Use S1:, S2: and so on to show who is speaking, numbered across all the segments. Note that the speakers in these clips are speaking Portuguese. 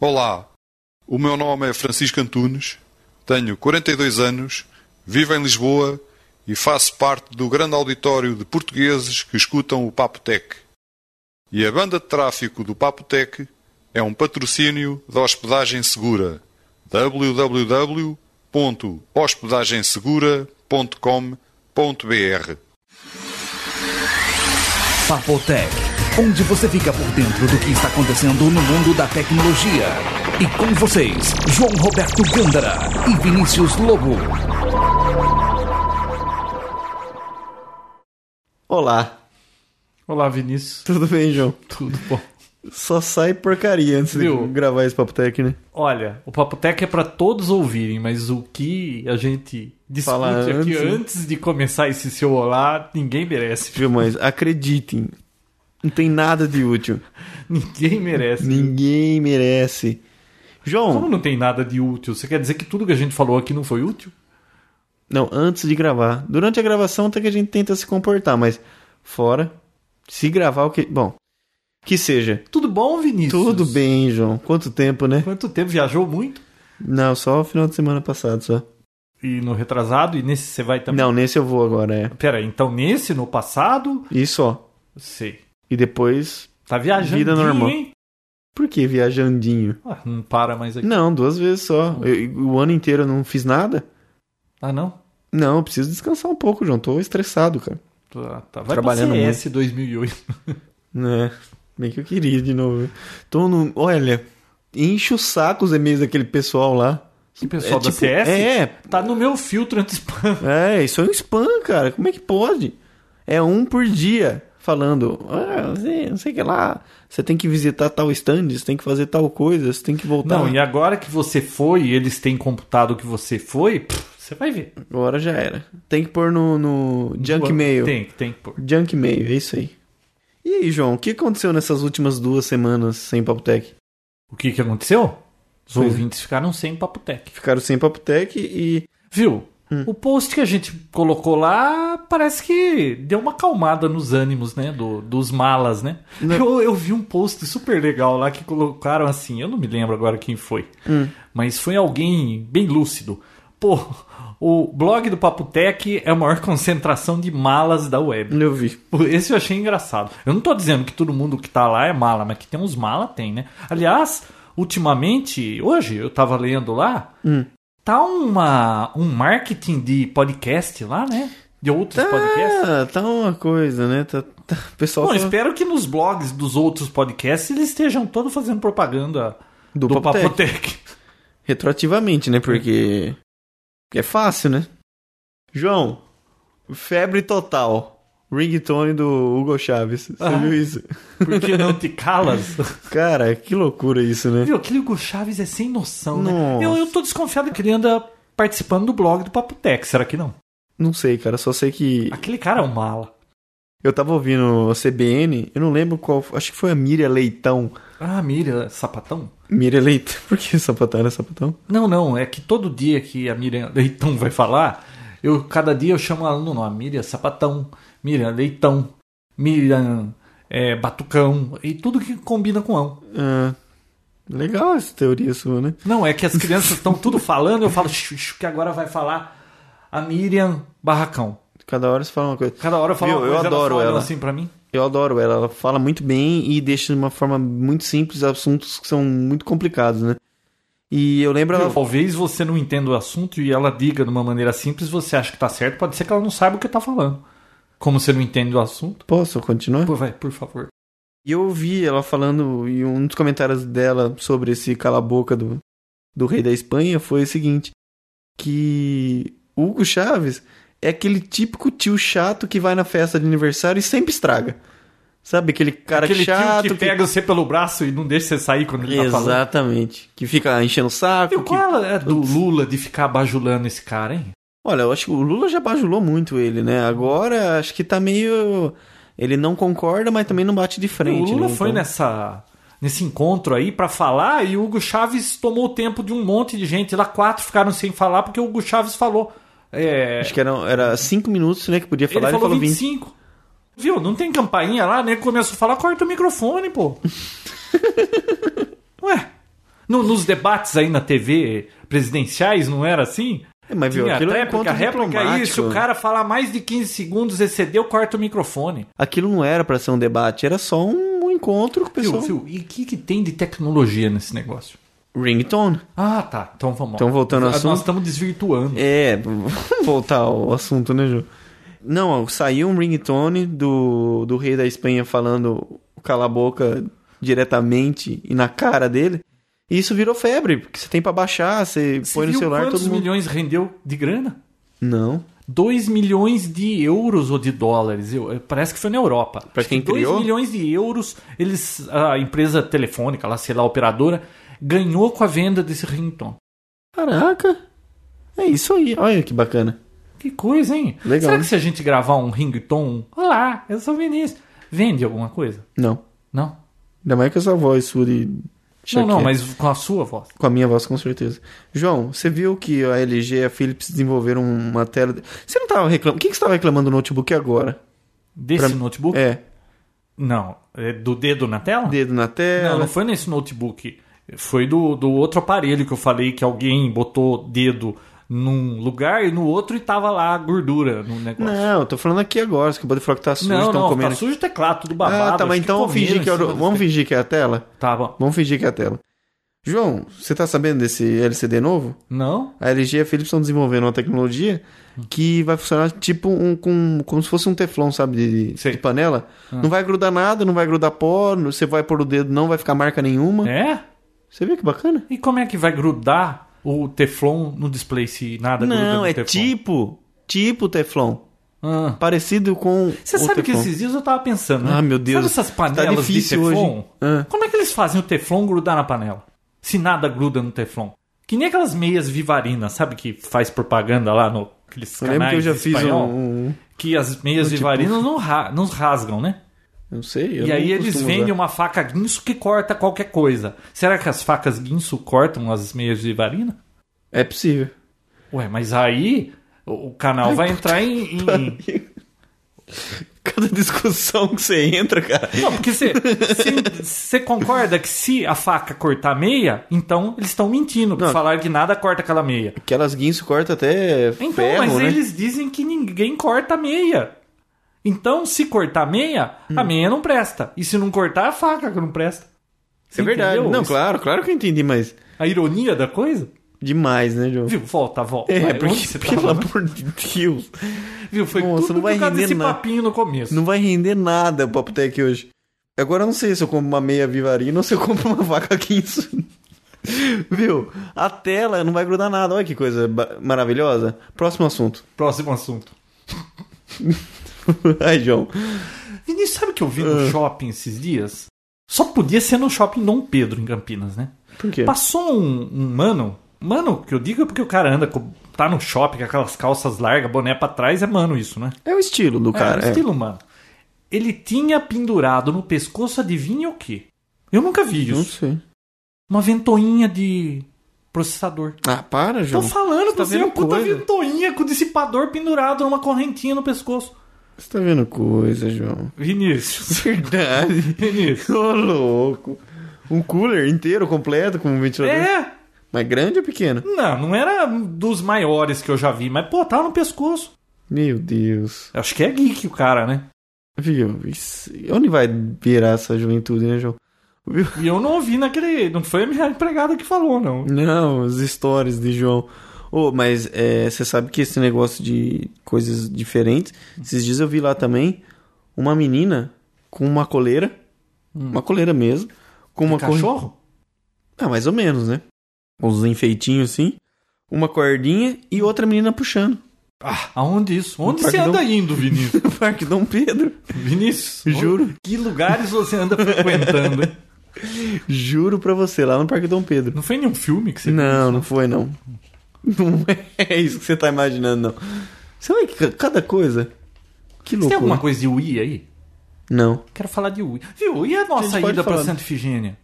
S1: Olá, o meu nome é Francisco Antunes, tenho 42 anos, vivo em Lisboa e faço parte do grande auditório de portugueses que escutam o Papotec. E a banda de tráfico do Papotec é um patrocínio da Hospedagem Segura www.hospedagensegura.com.br
S2: Papotec, onde você fica por dentro do que está acontecendo no mundo da tecnologia. E com vocês, João Roberto Gândara e Vinícius Lobo.
S3: Olá,
S4: Olá, Vinícius.
S3: tudo bem, João?
S4: Tudo bom?
S3: Só sai porcaria antes
S4: Viu?
S3: de gravar esse Papotec, né?
S4: Olha, o Papotec é pra todos ouvirem, mas o que a gente discute
S3: Fala
S4: aqui
S3: antes, né?
S4: antes de começar esse seu olá, ninguém merece.
S3: Viu, mas acreditem, não tem nada de útil.
S4: Ninguém merece.
S3: Ninguém merece.
S4: Como
S3: João,
S4: não tem nada de útil? Você quer dizer que tudo que a gente falou aqui não foi útil?
S3: não, antes de gravar. Durante a gravação até que a gente tenta se comportar, mas fora, se gravar o que... Bom, que seja.
S4: Tudo bom, Vinícius?
S3: Tudo bem, João. Quanto tempo, né?
S4: Quanto tempo? Viajou muito?
S3: Não, só o final de semana passado, só.
S4: E no retrasado? E nesse você vai também?
S3: Não, nesse eu vou agora, é.
S4: Pera, então nesse, no passado?
S3: E só.
S4: Sei.
S3: E depois...
S4: Tá viajando,
S3: Vida normal.
S4: hein?
S3: Por que viajandinho?
S4: Ah, não para mais aqui.
S3: Não, duas vezes só. Eu- o ano inteiro eu não fiz nada.
S4: Ah, não?
S3: Não, eu preciso descansar um pouco, João. Tô estressado, cara.
S4: Tá, tá. Vai
S3: Trabalhando
S4: pra CS 2008.
S3: Né? Bem que eu queria de novo. Tô no... Olha, enche o saco os e-mails daquele pessoal lá.
S4: Que pessoal
S3: é,
S4: da
S3: tipo,
S4: CS?
S3: É,
S4: Tá no meu filtro anti-spam.
S3: é, isso é um spam, cara. Como é que pode? É um por dia falando. Ah, você- não sei o que lá. Você tem que visitar tal stand, você tem que fazer tal coisa, você tem que voltar.
S4: Não, e agora que você foi e eles têm computado que você foi, pff, você vai ver.
S3: Agora já era. Tem que pôr no, no junk mail.
S4: Tem, tem que pôr.
S3: Junk mail, é isso aí. E aí, João, o que aconteceu nessas últimas duas semanas sem Papotec?
S4: O que que aconteceu? Os
S3: Foi.
S4: ouvintes ficaram sem Papotec.
S3: Ficaram sem Papotec e.
S4: Viu? O post que a gente colocou lá parece que deu uma acalmada nos ânimos, né? do- dos malas, né? Eu, eu vi um post super legal lá que colocaram assim, eu não me lembro agora quem foi, mas foi alguém bem lúcido. Pô, o blog do Papotec é a maior concentração de malas da web.
S3: Eu vi.
S4: Esse eu achei engraçado. Eu não tô dizendo que todo mundo que tá lá é mala, mas que tem uns mala, tem, né? Aliás, ultimamente, hoje eu tava lendo lá,
S3: Hum.
S4: tá uma, um marketing de podcast lá, né? De outros podcasts.
S3: Tá, tá uma coisa, né? Tá, tá- o pessoal
S4: Bom,
S3: tá-
S4: espero que nos blogs dos outros podcasts eles estejam todos fazendo propaganda
S3: do,
S4: do,
S3: Papotec.
S4: Papotec.
S3: Retroativamente, né? Porque. É fácil, né? João, febre total. Ringtone do Hugo Chaves. Você
S4: Ah.
S3: viu isso?
S4: Por que não te calas?
S3: Cara, que loucura isso, né?
S4: Viu, aquele Hugo Chaves é sem noção, né?
S3: Nossa.
S4: Eu, eu tô desconfiado que ele anda participando do blog do Papotec, será que não?
S3: Não sei, cara. Só sei que.
S4: Aquele cara é um mala.
S3: Eu tava ouvindo a CBN, eu não lembro qual. Acho que foi a Miriam Leitão.
S4: Ah, Miriam, sapatão?
S3: Miriam Leitão. Por que sapatão era sapatão?
S4: Não, não, é que todo dia que a Miriam Leitão vai falar, eu cada dia eu chamo ela no nome, Miriam é Sapatão, Miriam é Leitão, Miriam é, Batucão, e tudo que combina com ão.
S3: Ah, legal essa teoria sua, né?
S4: Não, é que as crianças estão tudo falando, eu falo, "Shh, shh, que agora vai falar a Miriam Barracão.
S3: Cada hora você fala uma coisa.
S4: Cada hora eu falo
S3: Viu,
S4: uma
S3: eu
S4: coisa, elas
S3: adoro
S4: olham
S3: ela.
S4: assim pra mim.
S3: Eu adoro ela, ela fala muito bem e deixa de uma forma muito simples assuntos que são muito complicados, né? E eu lembro ela.
S4: Talvez você não entenda o assunto e ela diga de uma maneira simples, você acha que tá certo, pode ser que ela não saiba o que tá falando. Como você não entende o assunto,
S3: Posso continuar?
S4: pô, vai, por favor.
S3: E eu ouvi ela falando, e um dos comentários dela sobre esse cala-boca do, do rei da Espanha foi o seguinte: que o Hugo Chaves é aquele típico tio chato que vai na festa de aniversário e sempre estraga. Sabe, aquele cara
S4: Aquele
S3: chato
S4: tio que pega você pelo braço e não deixa você sair quando ele tá falando.
S3: Exatamente. Que fica enchendo o saco.
S4: Viu,
S3: que-
S4: qual é do Lula de ficar bajulando esse cara, hein?
S3: Olha, eu acho que o Lula já bajulou muito ele, né? Agora acho que tá meio. Ele não concorda, mas também não bate de frente.
S4: o Lula
S3: né?
S4: foi
S3: Então,
S4: nessa nesse encontro aí pra falar e o Hugo Chaves tomou o tempo de um monte de gente. Lá quatro ficaram sem falar porque o Hugo Chaves falou. É,
S3: Acho que era, era cinco minutos, né? Que podia
S4: ele
S3: falar,
S4: falou
S3: ele falou 20.
S4: 25. Viu? Não tem campainha lá, né? Começou a falar, corta o microfone, pô. Ué. No- nos debates aí na TV presidenciais, não era assim?
S3: É, mas viu,
S4: Tinha
S3: aquilo é um
S4: réplica,
S3: encontro
S4: réplica,
S3: diplomático.
S4: e se o cara falar mais de 15 segundos, excedeu, corta o microfone.
S3: Aquilo não era pra ser um debate, era só um encontro com o
S4: Viu,
S3: pessoal.
S4: viu? E o que, que tem de tecnologia nesse negócio?
S3: Ringtone.
S4: Ah, tá. Então vamos lá.
S3: Então, voltando ao
S4: Nós-
S3: assunto.
S4: Nós estamos desvirtuando.
S3: É, vamos voltar ao assunto, né, Ju? Não, ó, saiu um ringtone do, do rei da Espanha falando cala a boca diretamente e na cara dele. E isso virou febre, porque você tem pra baixar, você,
S4: Você
S3: põe no
S4: viu
S3: celular
S4: quantos
S3: todo mundo.
S4: milhões rendeu de grana?
S3: Não.
S4: 2 milhões de euros ou de dólares. Eu- eh, parece que foi na Europa.
S3: Pra
S4: Acho
S3: quem
S4: que 2
S3: criou?
S4: milhões de euros, eles, a empresa telefônica, lá, sei lá, a operadora, ganhou com a venda desse ringtone.
S3: Caraca! É isso aí, olha que bacana.
S4: Que coisa, hein?
S3: Legal,
S4: Será
S3: né?
S4: um
S3: Não.
S4: Não?
S3: Ainda mais com essa voz sua de.
S4: Não,
S3: Shakira.
S4: não, mas com a sua voz.
S3: Com a minha voz, com certeza. João, você viu que a LG e a Philips desenvolveram uma tela. Você não tava reclamando. O que, que você tava reclamando do notebook agora?
S4: Desse
S3: Pra-
S4: notebook?
S3: É,
S4: Não. É do dedo na tela?
S3: dedo na tela.
S4: Não, não foi nesse notebook. Foi do, do outro aparelho que eu falei que alguém botou dedo num lugar e no outro e tava lá a gordura no um negócio.
S3: Não, eu tô falando aqui agora. Você acabou de falar que tá sujo,
S4: não,
S3: estão
S4: não,
S3: comendo.
S4: tá sujo o teclado, tudo babado.
S3: ah, tá, mas
S4: acho que
S3: então vamos
S4: comeram
S3: fingir, que é,
S4: em cima
S3: o-
S4: desse
S3: vamos fingir que é a tela?
S4: teclado. Tá bom.
S3: Vamos fingir que é a tela. João, você tá sabendo desse LCD novo?
S4: Não?
S3: A LG e a Philips estão desenvolvendo uma tecnologia que vai funcionar tipo um com, como se fosse um teflon, sabe, de, de
S4: Sei. Ah.
S3: panela. Não vai grudar nada, não vai grudar pó, não- você vai pôr o dedo, não vai ficar marca nenhuma.
S4: É?
S3: Você viu que bacana?
S4: E como é que vai grudar o Teflon no display se nada gruda
S3: Não,
S4: no
S3: é
S4: Teflon?
S3: tipo, tipo teflon,
S4: Ah.
S3: parecido com
S4: Você
S3: o
S4: sabe que
S3: teflon.
S4: esses dias eu tava pensando, né?
S3: Ah, meu Deus.
S4: Sabe essas
S3: Tá
S4: panelas
S3: difícil
S4: de
S3: hoje,
S4: Teflon?
S3: hein? Ah.
S4: Como é que eles fazem o Teflon grudar na panela? Se nada gruda no Teflon. Que nem aquelas meias vivarinas, sabe? Que faz propaganda lá no aqueles
S3: Eu
S4: canais
S3: lembro que eu já
S4: de
S3: fiz um,
S4: espanhol,
S3: um-
S4: Que as meias
S3: tipo-
S4: vivarinas não, ra- não rasgam, né?
S3: eu não sei, eu
S4: e
S3: não
S4: aí eles
S3: costumo
S4: vendem
S3: usar.
S4: uma faca guinso que corta qualquer coisa. Será que as facas guinso cortam as meias vivarinas?
S3: É possível.
S4: Ué, mas aí o o canal vai entrar em- em,
S3: Cada discussão que você entra, cara.
S4: Não, porque você, você- você concorda que se a faca cortar a meia, então eles estão mentindo. por
S3: Não.
S4: Falar que nada corta aquela meia.
S3: Aquelas guinço corta até
S4: Então,
S3: ferro,
S4: mas
S3: né?
S4: eles dizem que ninguém corta a meia. Então, se cortar a meia, a
S3: Hum.
S4: meia não presta. E se não cortar, a faca que não presta. Você
S3: É verdade.
S4: entendeu?
S3: Não, claro, claro que eu entendi, mas
S4: A ironia da coisa?
S3: demais, né, João?
S4: Viu? Volta, volta.
S3: É,
S4: Vai, onde
S3: porque,
S4: você
S3: pelo
S4: tava?
S3: amor de Deus,
S4: Viu? Foi
S3: Nossa,
S4: tudo
S3: não vai
S4: por causa
S3: render
S4: desse
S3: nada.
S4: papinho no começo.
S3: não vai render nada o Papo Tech hoje. Agora eu não sei se eu compro uma meia vivarina ou se eu compro uma vaca quinço. Viu? A tela não vai grudar nada. Olha que coisa ba- maravilhosa. Próximo assunto.
S4: Próximo assunto.
S3: Ai, João.
S4: Vinícius, sabe o que eu vi
S3: Ah.
S4: no shopping esses dias? Só podia ser no shopping Dom Pedro, em Campinas, né?
S3: Por quê?
S4: Passou um, um mano. Mano, que eu digo é porque o cara anda, com- tá no shopping com aquelas calças largas, boné pra trás, é mano isso, né?
S3: É o estilo do
S4: é,
S3: cara.
S4: um
S3: é.
S4: estilo mano. Ele tinha pendurado no pescoço, adivinha o quê? Eu nunca vi
S3: Não
S4: isso.
S3: sei.
S4: Uma ventoinha de processador.
S3: Ah, para,
S4: Tô
S3: João.
S4: falando,
S3: tá
S4: tá vendo
S3: vendo
S4: uma puta
S3: coisa?
S4: ventoinha com dissipador pendurado numa correntinha no pescoço.
S3: Você tá vendo coisa, João.
S4: Vinícius.
S3: Verdade.
S4: Vinícius.
S3: Ô, louco. Um cooler inteiro, completo, com um ventilador.
S4: É,
S3: Mas grande ou pequeno?
S4: não, não era dos maiores que eu já vi, mas pô, tava no pescoço.
S3: Meu Deus.
S4: Acho que é geek o cara, né?
S3: Viu? Isso- Onde vai virar essa juventude, né, João? Viu?
S4: E eu não ouvi naquele. Não foi a minha empregada que falou, não.
S3: Não, as histórias de João. Ô, mas é, você sabe que esse negócio de coisas diferentes. Esses dias eu vi lá também uma menina com uma coleira. Uma coleira mesmo. Com uma corre-
S4: Cachorro?
S3: Ah, mais ou menos, né? Com Uns enfeitinhos assim. Uma cordinha e outra menina puxando.
S4: Ah, aonde isso? Onde
S3: Parque
S4: você
S3: do-
S4: anda indo, Vinícius?
S3: No Parque Dom Pedro.
S4: Vinícius? onde-
S3: Juro.
S4: Que lugares você anda frequentando? hein?
S3: Juro pra você, lá no Parque Dom Pedro.
S4: Não foi nenhum filme que você
S3: Não,
S4: né?
S3: não foi não. Não é isso que você tá imaginando, não. Você vê que ca- cada coisa. Que
S4: Você
S3: loucura.
S4: tem alguma coisa de Wii aí?
S3: Não.
S4: Quero falar de Wii. Viu? E a
S3: A
S4: nossa
S3: gente pode
S4: ida pra
S3: falar.
S4: Santa Ifigênia?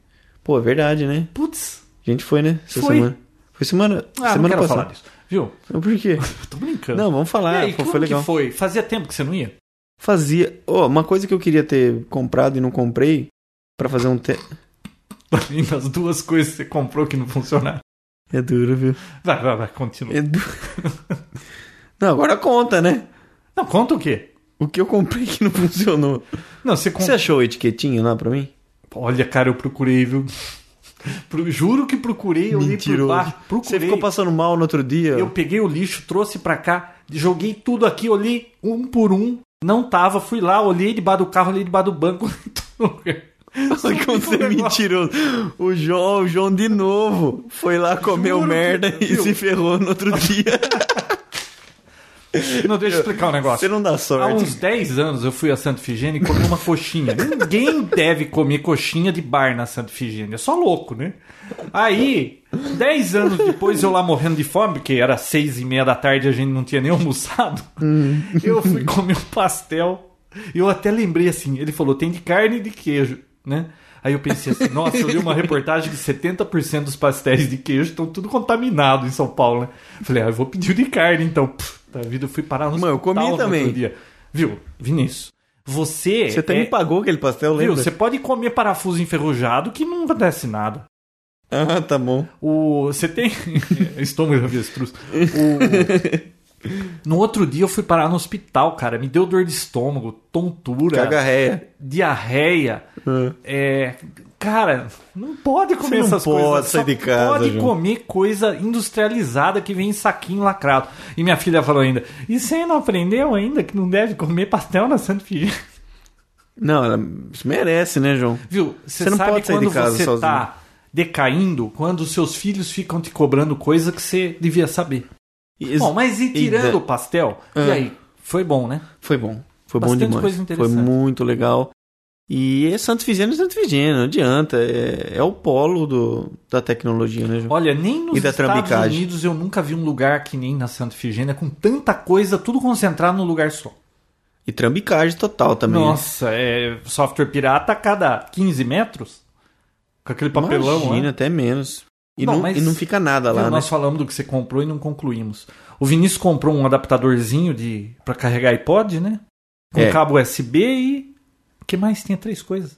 S3: Pô, é verdade, né?
S4: Putz.
S3: A gente foi, né? Essa
S4: Foi.
S3: semana. Foi semana.
S4: Ah, não
S3: semana
S4: quero falar
S3: passada.
S4: disso. Viu?
S3: Não, Por quê?
S4: Eu tô brincando.
S3: Não, vamos
S4: e
S3: falar.
S4: aí,
S3: pô,
S4: como
S3: foi legal.
S4: que foi? Fazia tempo que você não ia?
S3: Fazia. Ó, uma coisa que eu queria ter comprado e não comprei pra fazer um te...
S4: Além das duas coisas que você comprou que não funcionaram.
S3: É duro, viu?
S4: Vai, vai, vai, continua.
S3: É duro. Não, agora conta, né?
S4: Não, conta o quê?
S3: O que eu comprei que não funcionou.
S4: Não, você conta.
S3: Você achou a etiquetinha lá pra mim?
S4: Olha, cara, eu procurei, viu? Pro- Juro que procurei, eu li por baixo, procurei.
S3: Você ficou passando mal no outro dia?
S4: Eu peguei o lixo, trouxe pra cá, joguei tudo aqui, olhei um por um, não tava, fui lá, olhei debaixo do carro, olhei debaixo do banco. em todo lugar. Só
S3: Olha
S4: vi
S3: como
S4: um
S3: você é
S4: negócio.
S3: mentiroso. O João, o João de novo foi lá, comeu
S4: Juro que-
S3: merda e
S4: viu?
S3: se ferrou no outro dia.
S4: Não, deixa eu explicar um negócio.
S3: Você não dá
S4: Há
S3: sorte.
S4: uns 10 anos eu fui a Santa Figênia e comi uma coxinha. Ninguém deve comer coxinha de bar na Santa Figênia. É só louco, né? Aí, 10 anos depois, eu lá morrendo de fome, porque era 6 e meia da tarde e a gente não tinha nem almoçado, eu fui comer um pastel. E eu até lembrei assim, ele falou, tem de carne e de queijo, né? Aí eu pensei assim, nossa, eu li uma reportagem que 70% dos pastéis de queijo estão tudo contaminados em São Paulo, né? Falei, ah, eu vou pedir o de carne, então. Puta vida, eu fui parar no
S3: Mano, eu comi
S4: hospital no outro
S3: também.
S4: dia. Viu, Vinícius, você...
S3: Você até
S4: é-
S3: me pagou aquele pastel,
S4: Viu,
S3: lembra?
S4: você pode comer parafuso enferrujado que não acontece nada.
S3: Ah, tá bom.
S4: O, você tem. Estômago de avestruz. O- no outro dia eu fui parar no hospital, cara. Me deu dor de estômago, tontura,
S3: Cagarreia.
S4: diarreia.
S3: Ah.
S4: É, cara, não pode comer
S3: não
S4: essas
S3: pode
S4: coisas.
S3: sair
S4: só
S3: de casa,
S4: pode
S3: João.
S4: comer coisa industrializada que vem em saquinho lacrado. E minha filha falou ainda: E você não aprendeu ainda que não deve comer pastel na Santa Figênia?
S3: Não, ela isso merece, né, João?
S4: Viu? Você,
S3: Você não
S4: sabe
S3: pode sair
S4: quando
S3: de casa
S4: você
S3: sozinho.
S4: tá decaindo, quando os seus filhos ficam te cobrando coisa que você devia saber.
S3: E-
S4: Bom, mas e tirando o pastel? E
S3: Ah.
S4: aí? Foi bom, né?
S3: Foi bom. Foi bom
S4: Bastante
S3: demais.
S4: coisa
S3: Foi
S4: interessante.
S3: muito legal. E é Santo Figênio, é Santo Figênio, não adianta. É, é o polo do, da tecnologia, né, João?
S4: Olha, nem nos
S3: E da
S4: Estados
S3: trambicagem.
S4: Unidos eu nunca vi um lugar que nem na Santa Figênia com tanta coisa, tudo concentrado num lugar só.
S3: E trambicagem total também.
S4: Nossa, é software pirata a cada 15 metros? Com aquele papelão,
S3: Imagina,
S4: né?
S3: até menos. E
S4: Bom,
S3: não,
S4: mas-
S3: e não fica nada lá,
S4: Viu,
S3: né?
S4: Nós falamos do que você comprou e não concluímos. O Vinícius comprou um adaptadorzinho de para carregar iPod, né? Com
S3: É.
S4: cabo USB e o que mais? Tinha três coisas.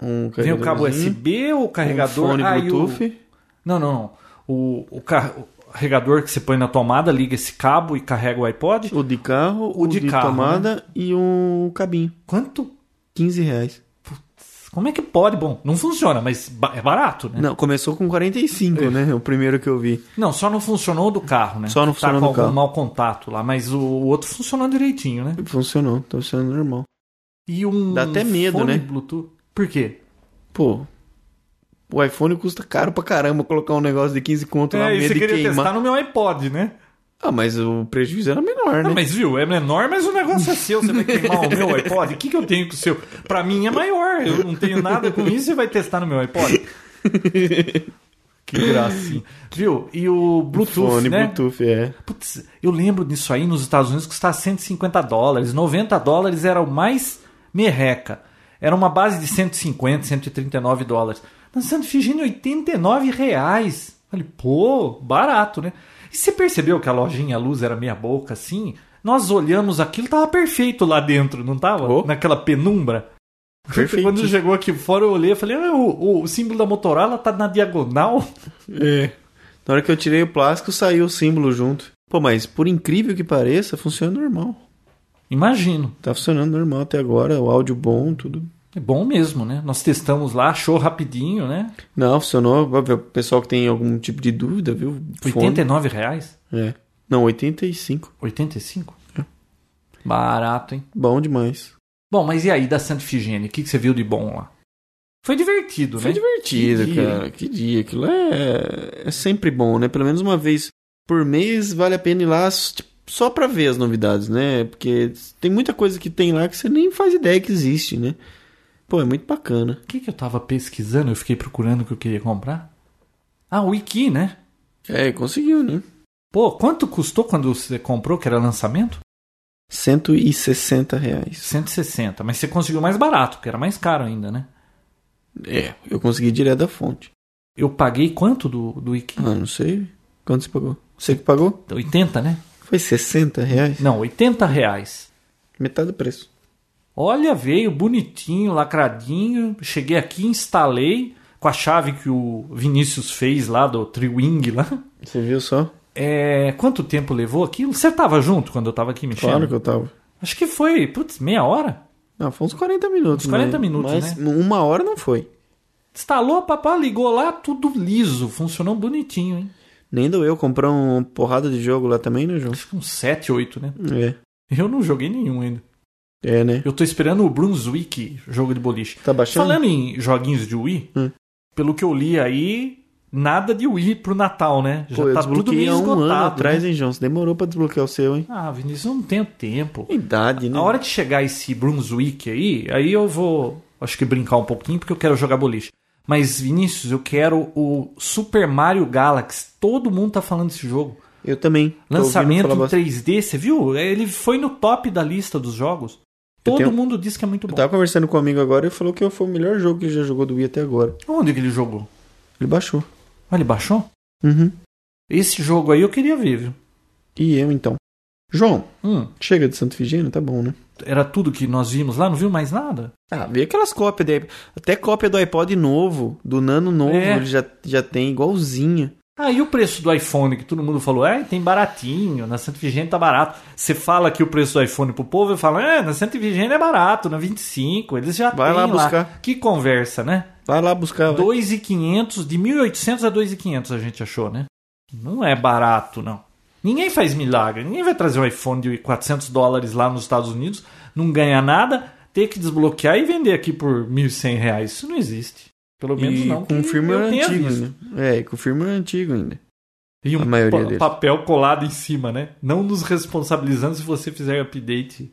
S3: Um
S4: Tem o cabo
S3: carregadorzinho,
S4: USB, o
S3: um
S4: carregador, Ah,
S3: fone
S4: aí o-
S3: Bluetooth.
S4: Não, não, não. O, o car- o carregador que você põe na tomada, liga esse cabo e carrega o iPod.
S3: O de carro, o, de,
S4: carro, né?
S3: tomada e o cabinho.
S4: Quanto?
S3: 15 reais.
S4: Como é que pode? Bom, não funciona, mas ba- é barato, né?
S3: Não, começou com 45, né? O primeiro que eu vi.
S4: Não, só não funcionou o do carro, né?
S3: Só não funcionou
S4: tá com
S3: do
S4: algum
S3: carro.
S4: mau contato lá, mas o, o outro funcionou direitinho, né?
S3: Funcionou, tá funcionando normal.
S4: E um
S3: Dá até medo,
S4: fone
S3: né?
S4: Bluetooth. Por quê?
S3: Pô, o iPhone custa caro pra caramba colocar um negócio de 15 conto lá,
S4: É, e
S3: medo
S4: você
S3: de
S4: queria
S3: queimar.
S4: testar no meu iPod, né?
S3: Ah, mas o prejuízo era menor, né?
S4: Não, mas viu, é menor, mas o negócio é seu. Você vai queimar o meu iPod? O que, que eu tenho com o seu? Pra mim é maior. Eu não tenho nada com isso e vai testar no meu iPod. Que gracinha. Viu? E o Bluetooth,
S3: Fone,
S4: né?
S3: Bluetooth, é.
S4: Putz, eu lembro disso aí nos Estados Unidos custava 150 dólares. 90 dólares era o mais merreca. Era uma base de 150, 139 dólares. Na Santa Figênia, 89 reais. Falei, pô, barato, né? E você percebeu que a lojinha luz era meia boca assim? Nós olhamos aquilo, tava perfeito lá dentro, não tava?
S3: Oh.
S4: Naquela penumbra.
S3: Perfeito.
S4: Quando chegou aqui fora, eu olhei e falei, ah, o, o símbolo da Motorola tá na diagonal.
S3: É. Na hora que eu tirei o plástico, saiu o símbolo junto. Pô, mas por incrível que pareça, funciona normal.
S4: Imagino.
S3: Tá funcionando normal até agora, o áudio bom, tudo.
S4: É bom mesmo, né? Nós testamos lá, achou rapidinho, né?
S3: Não, funcionou. Vai ver, O pessoal que tem algum tipo de dúvida, viu?
S4: R$
S3: Fone.
S4: 89 reais?
S3: É. Não, 85.
S4: 85? Barato, hein?
S3: Bom demais.
S4: Bom, mas e aí da Santa Figênia? O que, que você viu de bom lá? Foi divertido,
S3: Foi
S4: né?
S3: divertido,
S4: Que dia,
S3: cara. Que dia. Aquilo é... é sempre bom, né? Pelo menos uma vez por mês vale a pena ir lá s- tipo, só pra ver as novidades, né? Porque tem muita coisa que tem lá que você nem faz ideia que existe, né? Pô, é muito bacana.
S4: O que, que eu tava pesquisando? Eu fiquei procurando o que eu queria comprar. Ah, o Wiki, né?
S3: É, conseguiu, né?
S4: Pô, quanto custou quando você comprou, que era lançamento?
S3: 160 reais.
S4: 160, mas você conseguiu mais barato, que era mais caro ainda, né?
S3: É, eu consegui direto da fonte.
S4: Eu paguei quanto do, do Wiki?
S3: Ah, não sei. Quanto você pagou? Você que pagou?
S4: 80, né?
S3: Foi 60 reais?
S4: Não, 80 reais.
S3: Metade do preço.
S4: Olha, veio bonitinho, lacradinho. Cheguei aqui, instalei. com a chave que o Vinícius fez lá do Triwing lá.
S3: Você viu só?
S4: É, quanto tempo levou aquilo? Você tava junto quando eu tava aqui mexendo?
S3: Claro que eu tava.
S4: Acho que foi, putz, meia hora?
S3: Não, foi uns 40 minutos.
S4: Uns 40
S3: né?
S4: minutos,
S3: Mas uma hora não foi.
S4: Instalou, papá, ligou lá, tudo liso, funcionou bonitinho, hein?
S3: Nem doeu comprar uma porrada de jogo lá também, né, João?
S4: Acho que uns 7, 8, né?
S3: É.
S4: Eu não joguei nenhum ainda.
S3: É, né?
S4: Eu tô esperando o Brunswick, jogo de boliche.
S3: Tá baixando?
S4: Falando em joguinhos de Wii,
S3: Hum.
S4: pelo que eu li aí, nada de Wii pro Natal, né? Já
S3: Pô, eu
S4: tá tudo
S3: desbloqueei
S4: meio
S3: há um
S4: esgotado.
S3: ano atrás,
S4: né?
S3: hein, João? Você demorou pra desbloquear o seu, hein?
S4: Ah, Vinícius, eu não tenho tempo.
S3: Idade, né?
S4: A hora que chegar esse Brunswick aí, aí eu vou, acho que brincar um pouquinho, porque eu quero jogar boliche. Mas, Vinícius, eu quero o Super Mario Galaxy. Todo mundo tá falando desse jogo.
S3: Eu também. Tô ouvindo
S4: Lançamento
S3: falar
S4: em
S3: bastante.
S4: 3D, você viu? Ele foi no top da lista dos jogos. Todo
S3: tenho-
S4: mundo diz que é muito
S3: Eu
S4: bom.
S3: tava conversando com um amigo agora e ele falou que foi o melhor jogo que ele já jogou do Wii até agora.
S4: Onde que ele jogou?
S3: Ele baixou.
S4: Ah, ele baixou?
S3: Uhum.
S4: Esse jogo aí eu queria ver, viu?
S3: E eu, então. João,
S4: Hum,
S3: chega de Santo Figênio, tá bom, né?
S4: era tudo que nós vimos lá, não viu mais nada?
S3: Ah, vê aquelas cópias dele. Até cópia do iPod novo, do Nano novo,
S4: É.
S3: ele já, já tem, igualzinha.
S4: Ah, e o preço do iPhone que todo mundo falou? É, tem baratinho, na Santa Vigênia tá barato. Você fala aqui o preço do iPhone pro povo e fala, é, na Santa Vigênia é barato, na 25, eles já
S3: Vai
S4: têm
S3: lá buscar.
S4: Que conversa, né?
S3: Vai lá buscar. vai.
S4: 2,500, de 1.800 a 2,500 a gente achou, né? Não é barato, não. Ninguém faz milagre. Ninguém vai trazer um iPhone de 400 dólares lá nos Estados Unidos, não ganha nada, ter que desbloquear e vender aqui por 1.100 reais. Isso não existe. Pelo menos
S3: E
S4: não. que
S3: com firmware
S4: eu tenha
S3: antigo
S4: visto.
S3: ainda. É, e com firmware antigo ainda.
S4: E um
S3: A maioria
S4: pa-
S3: deles.
S4: papel colado em cima, né? Não nos responsabilizando se você fizer update.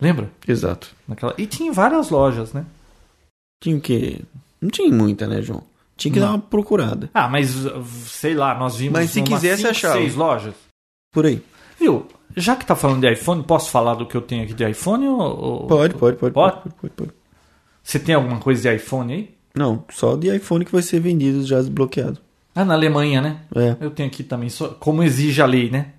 S4: Lembra?
S3: Exato.
S4: Naquela... E tinha em várias lojas, né?
S3: Tinha o quê? Não tinha muita, né, João? Tinha que
S4: Não.
S3: dar uma procurada.
S4: Ah, mas uh, sei lá, nós vimos
S3: Mas se
S4: umas
S3: quiser, você
S4: cinco,
S3: achava.
S4: seis lojas.
S3: Por aí.
S4: Viu? Já que tá falando de iPhone, posso falar do que eu tenho aqui de iPhone? Ou... ou-
S3: Pode, pode, pode.
S4: Pode?
S3: pode, pode, pode.
S4: Você tem alguma coisa de iPhone aí?
S3: Não, só de iPhone que vai ser vendido já desbloqueado.
S4: Ah, na Alemanha, né?
S3: É.
S4: Eu tenho aqui também, só- como exige a lei, né?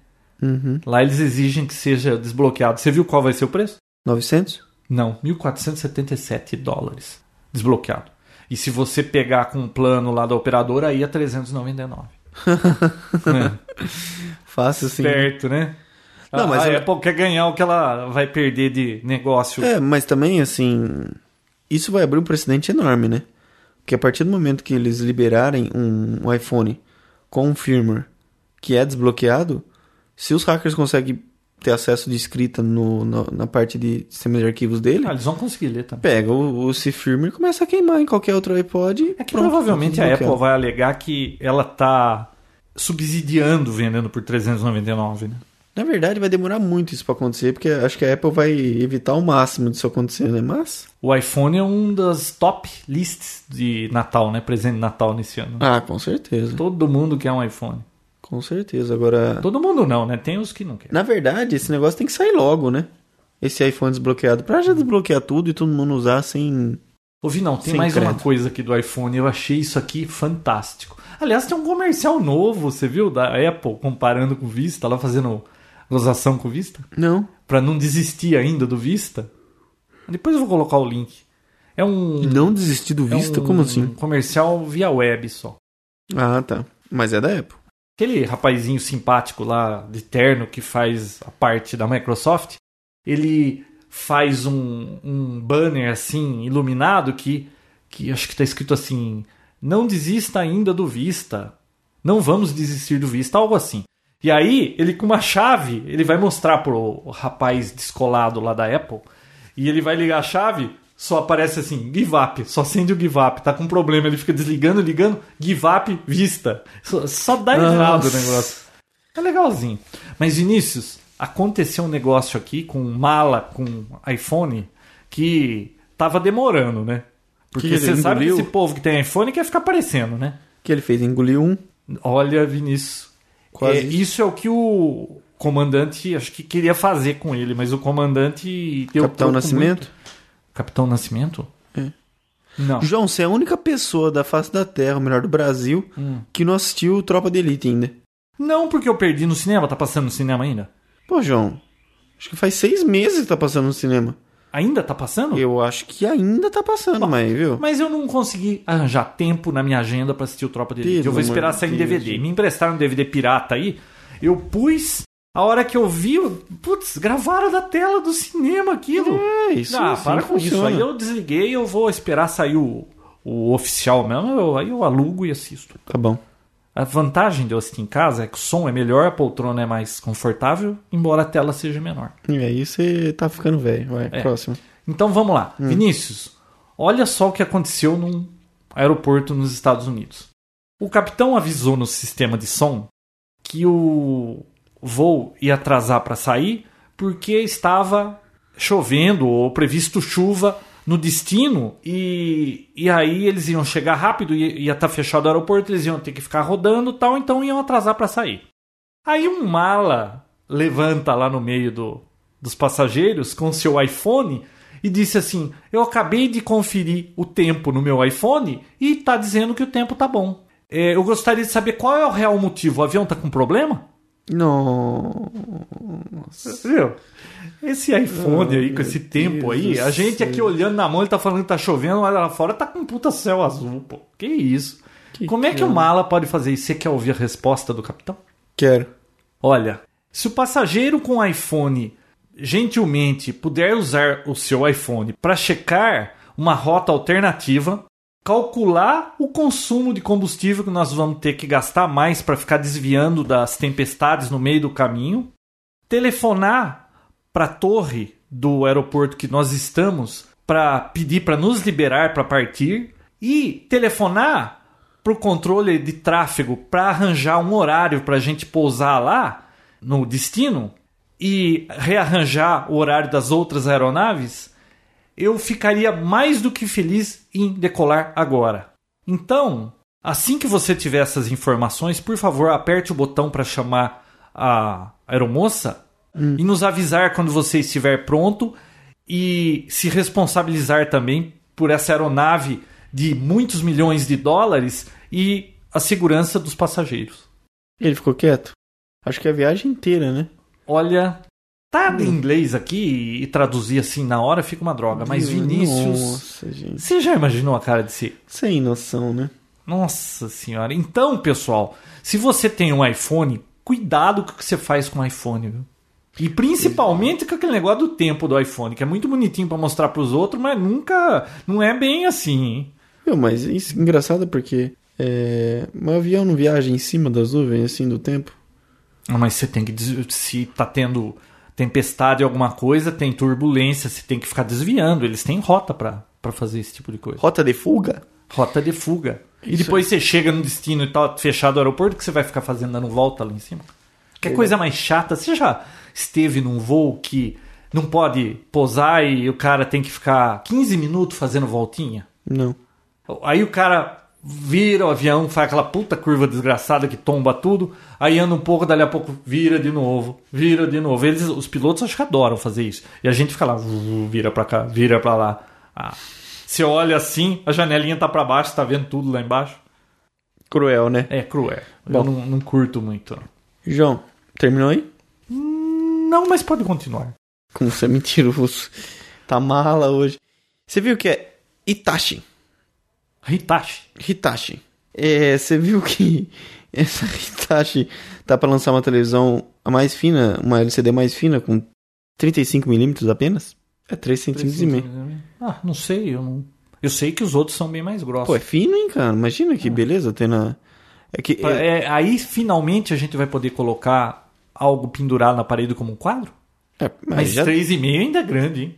S3: Uhum.
S4: Lá eles exigem que seja desbloqueado. Você viu qual vai ser o preço?
S3: 900?
S4: Não, 1.477 dólares desbloqueado. E se você pegar com um plano lá da operadora, aí é 399. é,
S3: Fácil assim. sim.
S4: Perto, né?
S3: Não,
S4: a,
S3: mas
S4: a
S3: eu-
S4: Apple quer ganhar o que ela vai perder de negócio.
S3: É, mas também, assim, isso vai abrir um precedente enorme, né? Porque a partir do momento que eles liberarem um, um iPhone com um firmware que é desbloqueado, se os hackers conseguem ter acesso de escrita no, no- na parte de sistema de arquivos dele,
S4: Ah, eles vão conseguir ler também.
S3: pega o, o esse firmware e começa a queimar em qualquer outro iPod. e
S4: É que
S3: pronto,
S4: provavelmente a
S3: desbloqueado.
S4: Apple vai alegar que ela tá subsidiando vendendo por 399, né?
S3: Na verdade, vai demorar muito isso pra acontecer, porque acho que a Apple vai evitar o máximo disso acontecer, né? Mas.
S4: O iPhone é um das top lists de Natal, né? Presente de Natal nesse ano.
S3: Ah, com certeza.
S4: Todo mundo quer um iPhone.
S3: Com certeza. Agora.
S4: Todo mundo não, né? Tem os que não querem.
S3: Na verdade, esse negócio tem que sair logo, né? Esse iPhone desbloqueado. Pra já desbloquear tudo e todo mundo usar sem.
S4: Ô, Vinão, tem
S3: Sem
S4: mais uma
S3: crédito.
S4: coisa aqui do iPhone. Eu achei isso aqui fantástico. Aliás, tem um comercial novo, você viu? Da Apple comparando com o Vista, lá fazendo gozação com o Vista.
S3: Não.
S4: Pra não desistir ainda do Vista. Depois eu vou colocar o link. É um.
S3: Não desistir do
S4: é
S3: visto?
S4: um
S3: Como assim?
S4: comercial via web só.
S3: Ah, tá. Mas é da Apple.
S4: Aquele rapazinho simpático lá de terno que faz a parte da Microsoft, ele faz um, um banner assim iluminado que, que acho que está escrito assim: não desista ainda do Vista, não vamos desistir do Vista, algo assim. E aí ele com uma chave ele vai mostrar pro rapaz descolado lá da Apple e ele vai ligar a chave. Só aparece assim, give up, só acende o give up, tá com problema, ele fica desligando, ligando, give up, vista. Só, só dá errado o
S3: Nossa.
S4: negócio. É legalzinho. Mas, Vinícius, aconteceu um negócio aqui com mala, com iPhone, que tava demorando, né? Porque
S3: Que ele
S4: você sabe que
S3: engoliu?
S4: esse povo que tem iPhone quer ficar aparecendo, né?
S3: Que ele fez engolir um.
S4: Olha, Vinícius.
S3: Quase
S4: é, isso é o que o comandante, acho que queria fazer com ele, mas o comandante... deu
S3: Capitão
S4: troco
S3: Nascimento.
S4: muito. Ah. Capitão Nascimento?
S3: É.
S4: Não.
S3: João, você é a única pessoa da face da Terra, ou melhor, do Brasil,
S4: Hum.
S3: que não assistiu Tropa de Elite ainda.
S4: Não, porque eu perdi no cinema. Tá passando no cinema ainda?
S3: Pô, João. Acho que faz seis meses que tá passando no cinema.
S4: Ainda tá passando?
S3: Eu acho que ainda tá passando, mas, viu?
S4: Mas eu não consegui arranjar tempo na minha agenda pra assistir o Tropa de Elite.
S3: Pelo
S4: eu vou esperar
S3: amor de
S4: sair em
S3: Deus,
S4: DVD.
S3: gente.
S4: Me emprestaram um DVD pirata aí. Eu pus. A hora que eu vi, eu- putz, gravaram da tela do cinema aquilo.
S3: É, isso
S4: ah,
S3: assim
S4: para com isso.
S3: funciona.
S4: Aí eu desliguei, eu vou esperar sair o, o oficial mesmo. eu- aí eu alugo e assisto.
S3: Tá bom.
S4: A vantagem de eu assistir em casa é que o som é melhor, a poltrona é mais confortável, embora a tela seja menor.
S3: E aí você tá ficando velho. Vai,
S4: É.
S3: próximo.
S4: Então vamos lá. Vinícius, olha só o que aconteceu num aeroporto nos Estados Unidos. O capitão avisou no sistema de som que o voo ia atrasar para sair porque estava chovendo ou previsto chuva no destino e, e aí eles iam chegar rápido e ia estar fechado o aeroporto, eles iam ter que ficar rodando e tal, então iam atrasar para sair. Aí um mala levanta lá no meio do- dos passageiros com seu iPhone e disse assim: Eu acabei de conferir o tempo no meu iPhone e tá dizendo que o tempo tá bom. É, eu gostaria de saber qual é o real motivo. O avião tá com problema?
S3: Não.
S4: Viu? Esse iPhone aí, com
S3: meu
S4: esse tempo
S3: Deus
S4: aí,
S3: do
S4: a gente
S3: céu.
S4: aqui olhando na mão, ele tá falando que tá chovendo, mas lá fora tá com um puta céu azul, pô. Que isso? Como é que o mala pode fazer isso? Você quer ouvir a resposta do capitão?
S3: Quero.
S4: Olha, se o passageiro com iPhone gentilmente puder usar o seu iPhone para checar uma rota alternativa, calcular o consumo de combustível que nós vamos ter que gastar mais para ficar desviando das tempestades no meio do caminho, telefonar para a torre do aeroporto que nós estamos para pedir para nos liberar para partir e telefonar para o controle de tráfego para arranjar um horário para a gente pousar lá no destino e rearranjar o horário das outras aeronaves, eu ficaria mais do que feliz em decolar agora. Então, assim que você tiver essas informações, por favor, aperte o botão para chamar a aeromoça e nos avisar quando você estiver pronto e se responsabilizar também por essa aeronave de muitos milhões de dólares e a segurança dos passageiros.
S3: Ele ficou quieto? Acho que a viagem inteira, né?
S4: Olha, tá em inglês aqui e traduzir assim na hora fica uma droga, mas Vinícius,
S3: Nossa, gente.
S4: você já imaginou a cara de si?
S3: Sem noção, né?
S4: Nossa senhora. Então, pessoal, se você tem um iPhone, cuidado com o que você faz com o iPhone, viu? E principalmente com aquele negócio do tempo do iPhone, que é muito bonitinho pra mostrar pros outros, mas nunca. Não é bem assim, hein?
S3: Meu, mas isso é engraçado porque é, um avião não viaja em cima das nuvens, assim, do tempo.
S4: Ah, Mas você tem que. des- Se tá tendo tempestade, alguma coisa, tem turbulência, você tem que ficar desviando. Eles têm rota pra pra fazer esse tipo de coisa.
S3: Rota de fuga?
S4: Rota de fuga. e
S3: Isso
S4: depois você chega no destino e tá fechado o aeroporto, que você vai ficar fazendo dando volta lá em cima. Que coisa mais chata. Você já esteve num voo que não pode pousar e o cara tem que ficar 15 minutos fazendo voltinha?
S3: Não.
S4: Aí o cara vira o avião, faz aquela puta curva desgraçada que tomba tudo, aí anda um pouco, dali a pouco vira de novo, vira de novo. Eles, os pilotos acho que adoram fazer isso. E a gente fica lá, vu, vira pra cá, vira pra lá. Ah, você olha assim, a janelinha tá pra baixo, tá vendo tudo lá embaixo.
S3: Cruel, né?
S4: É cruel.
S3: Bom.
S4: Eu não, não curto muito.
S3: João, terminou aí?
S4: Não, mas pode continuar.
S3: Como você é mentiroso. Tá mala hoje. Você viu que é Itachi.
S4: Hitachi.
S3: Hitachi. É, você viu que essa Hitachi tá pra lançar uma televisão a mais fina, uma LCD mais fina, com 35mm apenas? É 3 centímetros e meio.
S4: Ah, não sei, eu não. Eu sei que os outros são bem mais grossos.
S3: Pô, é fino, hein, cara? Imagina que beleza ter na... É que...
S4: Pra- é, aí finalmente a gente vai poder colocar algo pendurado na parede como um quadro?
S3: é, mas
S4: Mas
S3: já-
S4: 3,5 ainda é grande, hein?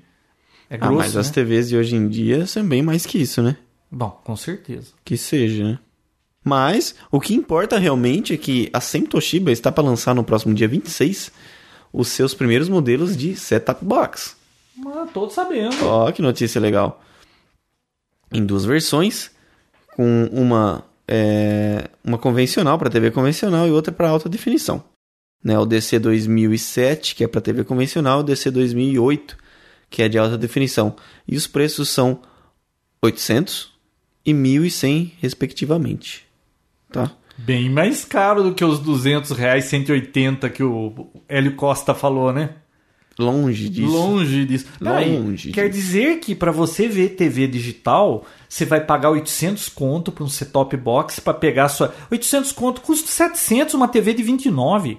S4: É
S3: Ah,
S4: grosso,
S3: mas as
S4: né?
S3: TVs de hoje em dia são bem mais que isso, né?
S4: Bom, com certeza.
S3: Que seja, né? Mas o que importa realmente é que a Sem Toshiba está para lançar no próximo dia 26 os seus primeiros modelos de setup box.
S4: Mas todos sabendo.
S3: Ó, que notícia legal. Em duas versões, com uma é, uma convencional para TV convencional e outra para alta definição. Né, o DC 2007, que é para TV convencional, e o DC 2008, que é de alta definição. E os preços são 800 e 1100, respectivamente. Tá?
S4: Bem mais caro do que os 200 reais, 180 que o Hélio Costa falou, né?
S3: Longe disso.
S4: Longe disso. Peraí,
S3: Longe
S4: Quer
S3: disso.
S4: dizer que pra você ver TV digital, você vai pagar 800 conto pra um set-top box pra pegar sua. 800 conto custa 700 uma TV de 29.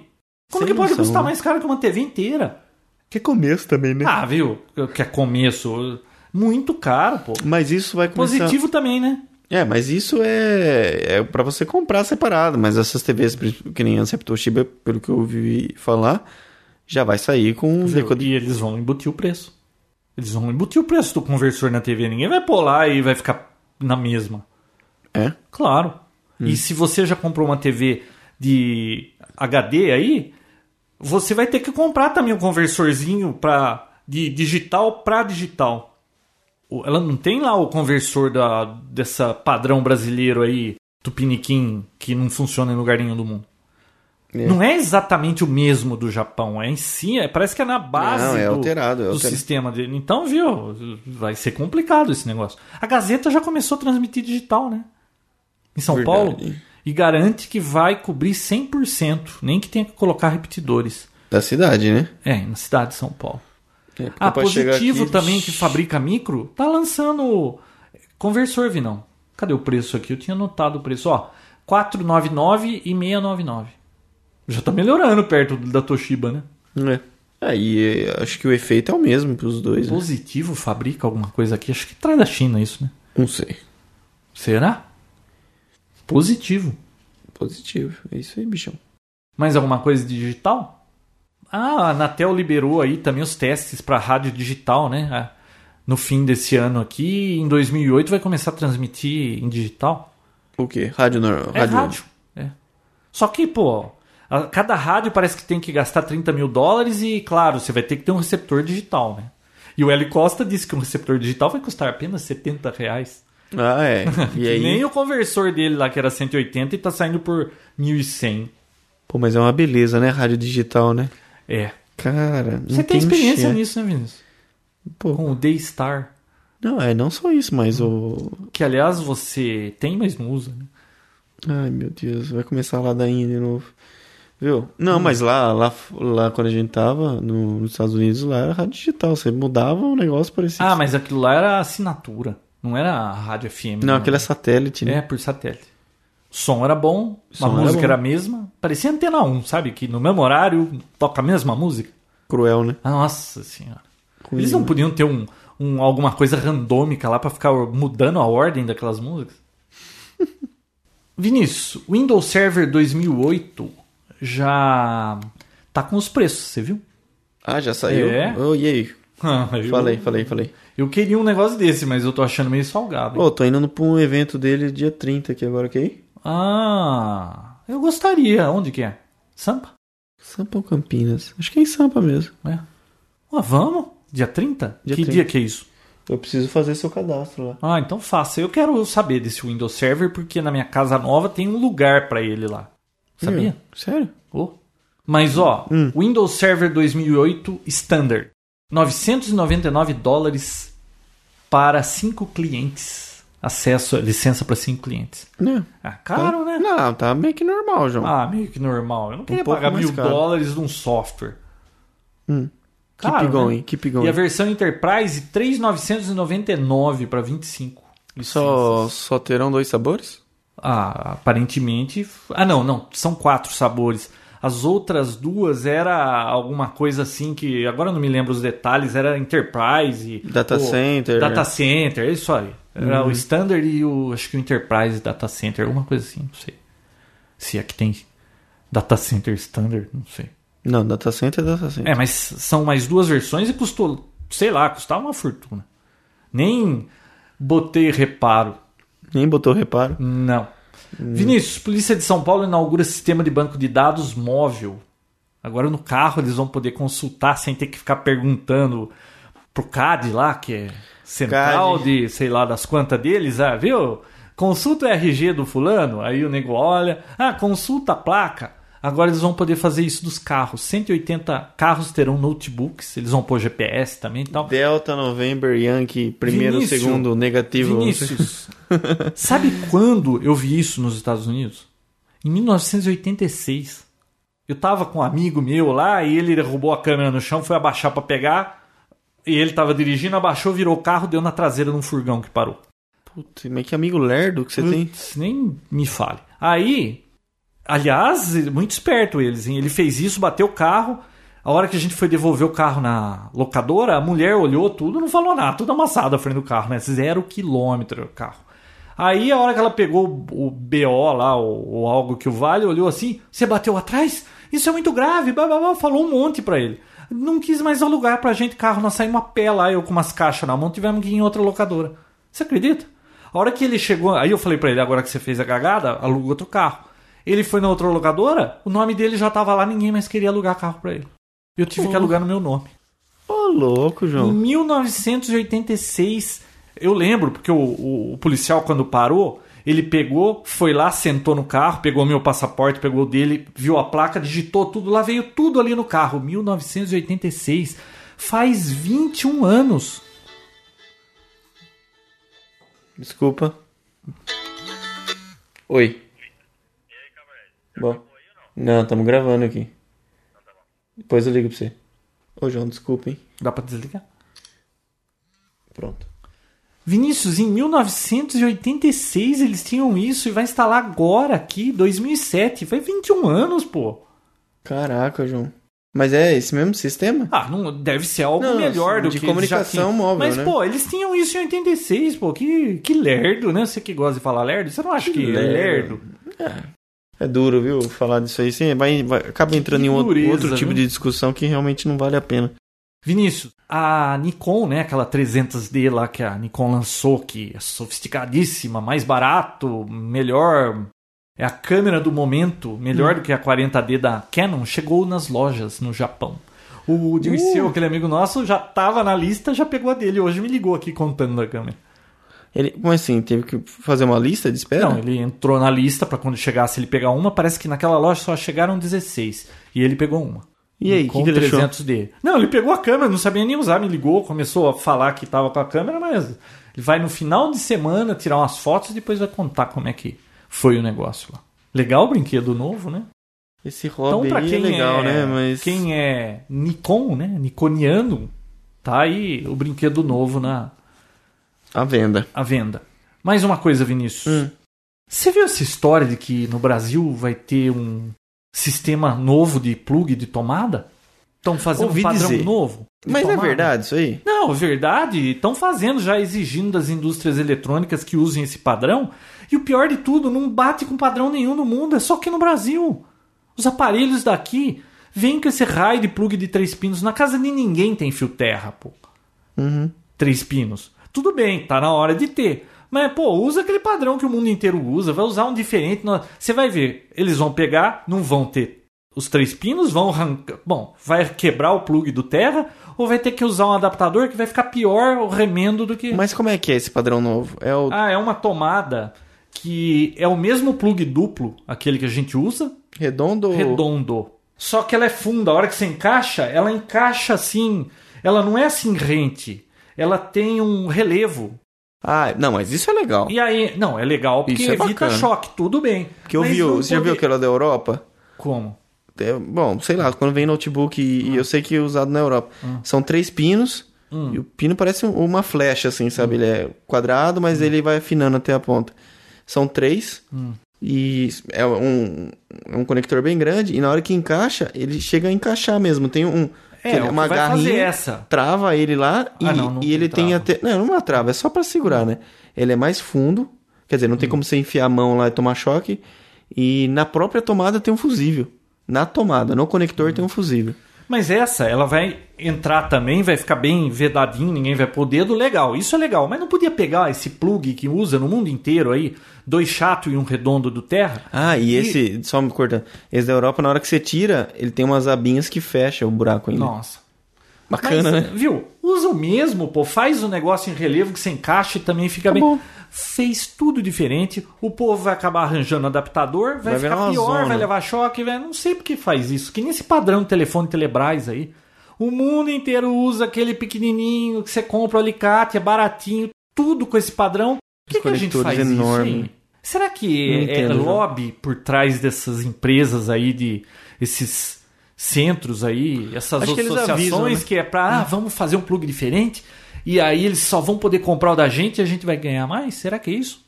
S4: Como
S3: Sem
S4: que pode
S3: noção,
S4: custar
S3: né?
S4: mais caro que uma TV inteira?
S3: Que é começo também, né?
S4: Ah, viu? Que é começo. Muito caro, pô.
S3: Mas isso vai começar...
S4: Positivo também, né?
S3: É, mas isso é, é para você comprar separado. Mas essas TVs, que nem essa Toshiba, pelo que eu ouvi falar, já vai sair com um
S4: Viu?
S3: decodificador.
S4: E eles vão embutir o preço. Eles vão embutir o preço do conversor na TV. Ninguém vai pôr lá e vai ficar na mesma.
S3: É?
S4: Claro.
S3: Hum.
S4: E se você já comprou uma TV de HD aí, você vai ter que comprar também um conversorzinho pra, de digital para digital. O- Ela não tem lá o conversor da, dessa padrão brasileiro aí, tupiniquim, que não funciona em lugar nenhum do mundo.
S3: É.
S4: Não é exatamente o mesmo do Japão, é em si, é- parece que é na base
S3: Não, é
S4: do,
S3: alterado, é
S4: do
S3: alterado.
S4: sistema dele. Então, viu, vai ser complicado esse negócio. A Gazeta já começou a transmitir digital, né? Em São
S3: Verdade.
S4: Paulo. E garante que vai cobrir 100%, nem que tenha que colocar repetidores.
S3: da cidade, né?
S4: É, na cidade de São Paulo.
S3: É, porque
S4: Ah,
S3: pode chegar
S4: Positivo
S3: aqui-
S4: também, que fabrica micro, tá lançando conversor, Vinão. Cadê o preço aqui? Eu tinha anotado o preço. Ó, 499 e 699. Já tá melhorando perto do- da Toshiba, né?
S3: É. Aí é, acho que o efeito é o mesmo para os dois. né?
S4: Positivo fabrica alguma coisa aqui. Acho que traz da China isso, né?
S3: Não sei.
S4: Será? Positivo.
S3: Positivo. É isso aí, bichão.
S4: Mais alguma coisa digital? Ah, a Anatel liberou aí também os testes para rádio digital, né? Ah, No fim desse ano aqui, em 2008 vai começar a transmitir em digital.
S3: O quê? Rádio normal.
S4: É rádio. É. Só que, pô, a- cada rádio parece que tem que gastar 30 mil dólares e, claro, você vai ter que ter um receptor digital, né? E o Hélio Costa disse que um receptor digital vai custar apenas 70 reais.
S3: Ah, é. E aí?
S4: Nem o conversor dele lá, que era 180, e tá saindo por 1.100.
S3: Pô, mas é uma beleza, né? Rádio digital, né?
S4: É.
S3: Cara, não
S4: Você tem
S3: um
S4: experiência
S3: che-
S4: nisso, né, Vinícius?
S3: Pô,
S4: Com o Daystar.
S3: não, é não só isso, mas o...
S4: Que, aliás, você tem, mas não usa. Né?
S3: Ai, meu Deus, vai começar a ladainha de novo. Viu? Não, mas lá, lá, lá quando a gente tava no- nos Estados Unidos, lá era rádio digital. Você mudava o negócio, parecia.
S4: Ah,
S3: que-
S4: mas aquilo lá era assinatura. Não era a rádio FM.
S3: Não, aquele é satélite, né?
S4: É, por satélite. O som era bom,
S3: Som
S4: a
S3: era
S4: música
S3: bom.
S4: era, a mesma. Parecia antena 1, sabe? Que no mesmo horário toca a mesma música.
S3: Cruel, né?
S4: Ah, Nossa senhora.
S3: Cruel.
S4: Eles não podiam ter um, um- alguma coisa randômica lá pra ficar mudando a ordem daquelas músicas? Vinícius, o Windows Server 2008 já tá com os preços, você viu?
S3: Ah, já saiu?
S4: É?
S3: Oh, e aí?
S4: Ah, eu,
S3: Falei, falei, falei.
S4: Eu queria um negócio desse, mas eu tô achando meio salgado.
S3: Ô,
S4: hein?
S3: tô indo pra um evento dele dia 30 aqui agora, ok?
S4: Ah, eu gostaria. Onde que é? Sampa?
S3: Sampa ou Campinas? Acho que é em Sampa mesmo.
S4: É. Ah, vamos? Dia 30?
S3: Dia
S4: que
S3: 30.
S4: dia que é isso?
S3: Eu preciso fazer seu cadastro lá.
S4: Ah, então faça. Eu quero saber desse Windows Server porque na minha casa nova tem um lugar pra ele lá. Sabia?
S3: Hum, sério?
S4: Ô. Mas ó,
S3: Hum.
S4: Windows Server 2008 Standard. 999 dólares para 5 clientes. Acesso, licença para 5 clientes.
S3: Não.
S4: Ah, caro, né?
S3: Não, tá meio que normal, João. Um
S4: Ah, meio que normal. Eu não queria
S3: pouco
S4: pagar
S3: mais
S4: mil
S3: caro.
S4: dólares num software.
S3: Hum.
S4: Caro,
S3: keep going,
S4: né?
S3: keep
S4: E
S3: going.
S4: a versão Enterprise 3.999 para 25.
S3: Só,
S4: licenças.
S3: só terão dois sabores?
S4: Ah, aparentemente. f- Ah, não, não. São quatro sabores. As outras duas era alguma coisa assim que agora eu não me lembro os detalhes. Era Enterprise,
S3: Data
S4: o-
S3: Center. né? Uhum.
S4: Data Center, é isso aí. Era o Standard e o acho que o Enterprise Data Center, alguma coisa assim, não sei. Se é que tem Data Center Standard, não sei.
S3: Não, Data Center é Data Center.
S4: É, mas são mais duas versões e custou, sei lá, custava uma fortuna. Nem botei reparo.
S3: Nem botou reparo.
S4: Não. Vinícius, Polícia de São Paulo inaugura sistema de banco de dados móvel. Agora no carro eles vão poder consultar sem ter que ficar perguntando pro CAD lá, que é central de sei lá das quantas deles, ah, viu? Consulta o RG do fulano, aí o nego olha, ah, consulta a placa. Agora eles vão poder fazer isso dos carros. 180 carros terão notebooks, eles vão pôr GPS também e tal.
S3: Delta, November, Yankee, primeiro,
S4: Vinícius.
S3: segundo, negativo.
S4: Vinícius, sabe quando eu vi isso nos Estados Unidos? Em 1986. Eu tava com um amigo meu lá e ele derrubou a câmera no chão, foi abaixar pra pegar. E ele tava dirigindo, abaixou, virou o carro, deu na traseira de um furgão que parou.
S3: Putz, mas que amigo lerdo que
S4: Hum.
S3: você tem.
S4: Putz, nem me fale. Aí, aliás, muito esperto eles, hein? Ele fez isso, bateu o carro. A hora que a gente foi devolver o carro na locadora, a mulher olhou tudo, não falou nada, tudo amassado à frente do carro, né? Zero quilômetro o carro. Aí, a hora que ela pegou o o BO lá, ou, ou algo que o vale, olhou assim: Você bateu atrás? Isso é muito grave, blá, blá, blá, falou um monte pra ele. Não quis mais alugar pra gente carro, nós saímos a pé lá, eu com umas caixas na mão, tivemos que ir em outra locadora. Você acredita? A hora que ele chegou, aí eu falei pra ele: Agora que você fez a cagada, aluga outro carro. Ele foi na outra locadora, o nome dele já tava lá, ninguém mais queria alugar carro pra ele. Eu tive que alugar no meu nome.
S3: Ô, louco,
S4: Em
S3: João.
S4: 1986, eu lembro, porque o, o- o policial, quando parou, ele pegou, foi lá, sentou no carro, pegou meu passaporte, pegou o dele, viu a placa, digitou tudo, lá veio tudo ali no carro. 1986. Faz 21 anos.
S3: Desculpa. Oi. Bom. Não, estamos gravando aqui. Depois eu ligo pra você. Ô, João, desculpa, hein?
S4: Dá pra desligar?
S3: Pronto.
S4: Vinícius, em 1986 eles tinham isso e vai instalar agora aqui, 2007. Faz 21 anos, pô.
S3: Caraca, João. Mas é esse mesmo sistema?
S4: Ah, não, deve ser algo
S3: Não, assim,
S4: melhor do
S3: de
S4: que
S3: comunicação
S4: eles já tinham.
S3: móvel,
S4: Mas,
S3: né?
S4: pô, eles tinham isso em 86, pô. Que, que lerdo, né? Você que gosta de falar lerdo, você não acha que, é
S3: lerdo.
S4: lerdo?
S3: É duro, viu? Falar disso aí. Sim, vai, vai- acaba entrando
S4: Que
S3: em outro,
S4: dureza,
S3: outro tipo
S4: viu?
S3: de discussão que realmente não vale a pena.
S4: Vinícius, a Nikon, né? Aquela 300D lá que a Nikon lançou, que é sofisticadíssima, mais barato, melhor. É a câmera do momento, melhor do que a 40D da Canon, chegou nas lojas no Japão. O Dirceu, aquele amigo nosso, já tava na lista, já pegou a dele. Hoje me ligou aqui contando da câmera.
S3: Ele, como assim? Teve que fazer uma lista de espera?
S4: Não, ele entrou na lista pra quando chegasse ele pegar uma. Parece que naquela loja só chegaram 16 e ele pegou uma.
S3: E aí,
S4: com
S3: que que ele achou?
S4: 300 d Não, ele pegou a câmera, não sabia nem usar, me ligou, começou a falar que tava com a câmera, mas ele vai no final de semana tirar umas fotos e depois vai contar como é que foi o negócio lá. Legal o brinquedo novo, né?
S3: Esse
S4: Então,
S3: hobby
S4: pra
S3: aí
S4: quem
S3: é legal,
S4: é,
S3: né? Mas
S4: quem é Nikon, né? Nikoniano, tá aí o brinquedo novo na
S3: a venda.
S4: à venda. Mais uma coisa, Vinícius.
S3: Hum.
S4: Você viu essa história de que no Brasil vai ter um sistema novo de plug de tomada? Estão fazendo
S3: Ouvi
S4: um padrão
S3: dizer.
S4: novo? de
S3: Mas é
S4: tomada?
S3: verdade isso aí?
S4: Não, é verdade. Estão fazendo já, exigindo das indústrias eletrônicas que usem esse padrão. E o pior de tudo, não bate com padrão nenhum no mundo, é só aqui no Brasil. Os aparelhos daqui vêm com esse raio de plug de três pinos. Na casa de ninguém tem fio terra, pô
S3: Uhum.
S4: três pinos. Tudo bem, tá na hora de ter. Mas, pô, usa aquele padrão que o mundo inteiro usa, vai usar um diferente. não- Você vai ver, eles vão pegar, não vão ter os três pinos, vão arrancar. Bom, vai quebrar o plug do terra, ou vai ter que usar um adaptador que vai ficar pior o remendo do que.
S3: Mas como é que é esse padrão novo? É o
S4: Ah, é uma tomada que é o mesmo plug duplo, aquele que a gente usa,
S3: redondo? ou-
S4: redondo. Só que ela é funda. A hora que você encaixa, ela encaixa assim. Ela não é assim rente. Ela tem um relevo.
S3: Ah, não, mas isso é legal.
S4: E aí, não, é legal porque
S3: Isso é
S4: evita
S3: bacana.
S4: choque, tudo bem.
S3: Porque eu
S4: Mas
S3: vi,
S4: não
S3: o- você já
S4: pode-
S3: viu aquela da Europa?
S4: Como?
S3: É, bom, sei lá, quando vem notebook e,
S4: Ah.
S3: e eu sei que é usado na Europa. São três pinos.
S4: Hum.
S3: E o pino parece um- uma flecha, assim, sabe? Ele é quadrado, mas
S4: Hum.
S3: ele vai afinando até a ponta. São três. E é um, é um conector bem grande. E na hora que encaixa, ele chega a encaixar mesmo. Tem um.
S4: É,
S3: aquele-
S4: o que vai fazer essa.
S3: Trava ele lá e,
S4: Ah, não, não
S3: e ele
S4: tem
S3: tem
S4: trava.
S3: até. Não, não é uma trava, é só pra segurar, né? Ele é mais fundo. Quer dizer, não tem como você enfiar a mão lá e tomar choque. E na própria tomada tem um fusível. Na tomada, no conector tem um fusível.
S4: Mas essa, ela vai entrar também, vai ficar bem vedadinho, ninguém vai pôr o dedo, legal, isso é legal. Mas não podia pegar esse plug que usa no mundo inteiro aí, dois chato e um redondo do terra?
S3: Ah, e, esse, só me cortando, esse da Europa, na hora que você tira, ele tem umas abinhas que fecha o buraco ainda.
S4: Nossa.
S3: Bacana,
S4: Mas,
S3: né?
S4: Viu? Usa o mesmo, pô. Faz o negócio em relevo que você encaixa e também fica bem.
S3: bom.
S4: Fez tudo diferente. O povo vai acabar arranjando adaptador, vai,
S3: Vai virar
S4: ficar
S3: uma
S4: pior,
S3: zona.
S4: vai levar choque. Vai... Não sei porque faz isso. Que nem esse padrão de telefone Telebrás aí. O mundo inteiro usa aquele pequenininho que você compra o alicate, é baratinho. Tudo com esse padrão. Por que, que a gente
S3: conectores
S4: faz isso?
S3: enormes.
S4: hein? Será que
S3: Não
S4: é, é
S3: entendo, João.
S4: lobby por trás dessas empresas aí de esses centros aí, essas
S3: Acho que eles
S4: associações
S3: avisam, né?
S4: que é pra ah, vamos fazer um plug diferente e aí eles só vão poder comprar o da gente e a gente vai ganhar mais? Será que é isso?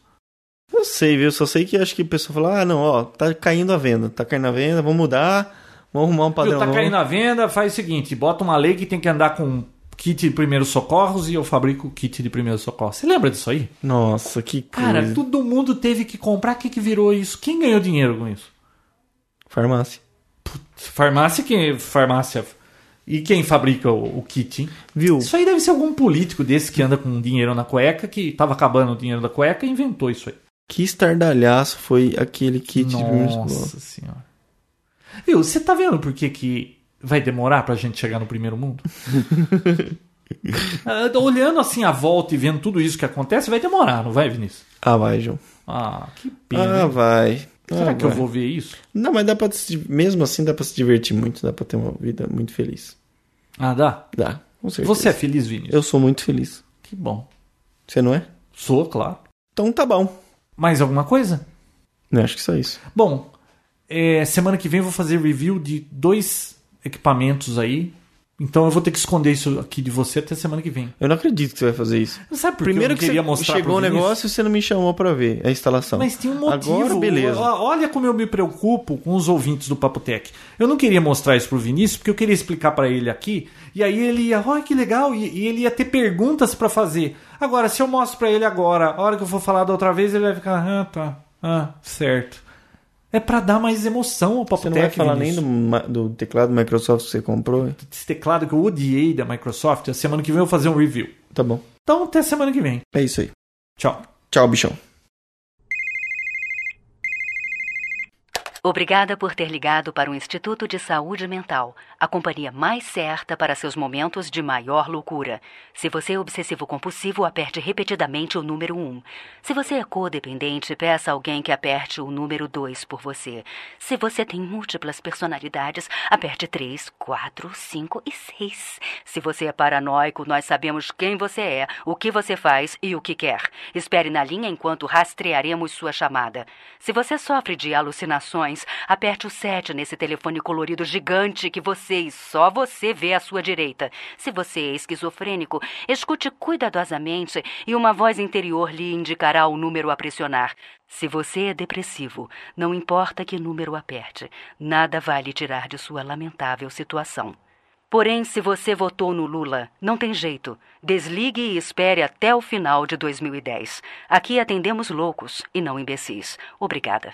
S3: Não sei, viu? Só sei que acho que o pessoal fala, ah, não, ó, tá caindo a venda, tá caindo a venda, vamos mudar, vamos arrumar um
S4: Viu,
S3: padrão.
S4: tá
S3: novo."
S4: caindo a venda, faz o seguinte, bota uma lei que tem que andar com kit de primeiros socorros e eu fabrico o kit de primeiros socorros. Você lembra disso aí?
S3: Nossa, que coisa.
S4: Cara, todo mundo teve que comprar. O que, que virou isso? Quem ganhou dinheiro com isso?
S3: Farmácia.
S4: Farmácia quem farmácia e quem fabrica o, o kit, hein?
S3: Viu?
S4: Isso aí deve ser algum político desse que anda com dinheiro na cueca, que tava acabando o dinheiro da cueca e inventou isso aí.
S3: Que estardalhaço foi aquele kit de primeiros socorros.
S4: Nossa senhora. Viu, você tá vendo por que, que vai demorar pra gente chegar no primeiro mundo? Ah, Olhando assim a volta e vendo tudo isso que acontece, vai demorar, não vai, Vinícius?
S3: Ah, vai, João.
S4: Ah, que pena.
S3: Ah,
S4: hein?
S3: vai.
S4: Será
S3: Ah,
S4: que eu
S3: vai.
S4: vou ver isso?
S3: Não, mas dá pra. Se, mesmo assim, dá pra se divertir muito, dá pra ter uma vida muito feliz.
S4: Ah, dá.
S3: Dá, com certeza.
S4: Você é feliz, Vinícius?
S3: Eu sou muito feliz.
S4: Que bom.
S3: Você não é?
S4: Sou, claro.
S3: Então tá bom.
S4: Mais alguma coisa?
S3: Não, acho que só isso.
S4: Bom, é, semana que vem eu vou fazer review de dois equipamentos aí. Então eu vou ter que esconder isso aqui de você até semana que vem.
S3: Eu não acredito que você vai fazer isso.
S4: Não sabe por que eu
S3: Primeiro
S4: não
S3: que
S4: queria
S3: você
S4: mostrar
S3: chegou
S4: pro
S3: o
S4: Vinícius?
S3: negócio e você não me chamou pra ver a instalação.
S4: Mas tem um motivo. Ah,
S3: Agora, beleza.
S4: Ó, Olha como eu me preocupo com os ouvintes do Papo Tech. Eu não queria mostrar isso pro Vinícius, porque eu queria explicar para ele aqui. E aí ele ia, olha que legal, e, e ele ia ter perguntas para fazer. Agora, se eu mostro para ele agora, a hora que eu for falar da outra vez, ele vai ficar, ah, tá, ah, certo. É para dar mais emoção ao Papo
S3: Você não
S4: Tech.
S3: vai falar nem
S4: Vinícius.
S3: do, ma- do teclado Microsoft que você comprou?
S4: Esse teclado que eu odiei da Microsoft, a semana que vem eu vou fazer um review.
S3: Tá bom.
S4: Então, até semana que vem.
S3: É isso aí.
S4: Tchau.
S3: Tchau, bichão.
S5: Obrigada por ter ligado para o Instituto de Saúde Mental, a companhia mais certa para seus momentos de maior loucura. Se você é obsessivo compulsivo, aperte repetidamente o número 1. Se você é codependente, peça a alguém que aperte o número 2 por você. Se você tem múltiplas personalidades, aperte 3, 4, 5 e 6. Se você é paranoico, nós sabemos quem você é, o que você faz e o que quer. Espere na linha enquanto rastrearemos sua chamada. Se você sofre de alucinações, aperte o 7 nesse telefone colorido gigante que você e só você vê à sua direita. Se você é esquizofrênico, escute cuidadosamente e uma voz interior lhe indicará o número a pressionar. Se você é depressivo, não importa que número aperte, nada vai lhe tirar de sua lamentável situação. Porém, se você votou no Lula, não tem jeito. Desligue e espere até o final de 2010. Aqui atendemos loucos e não imbecis. Obrigada.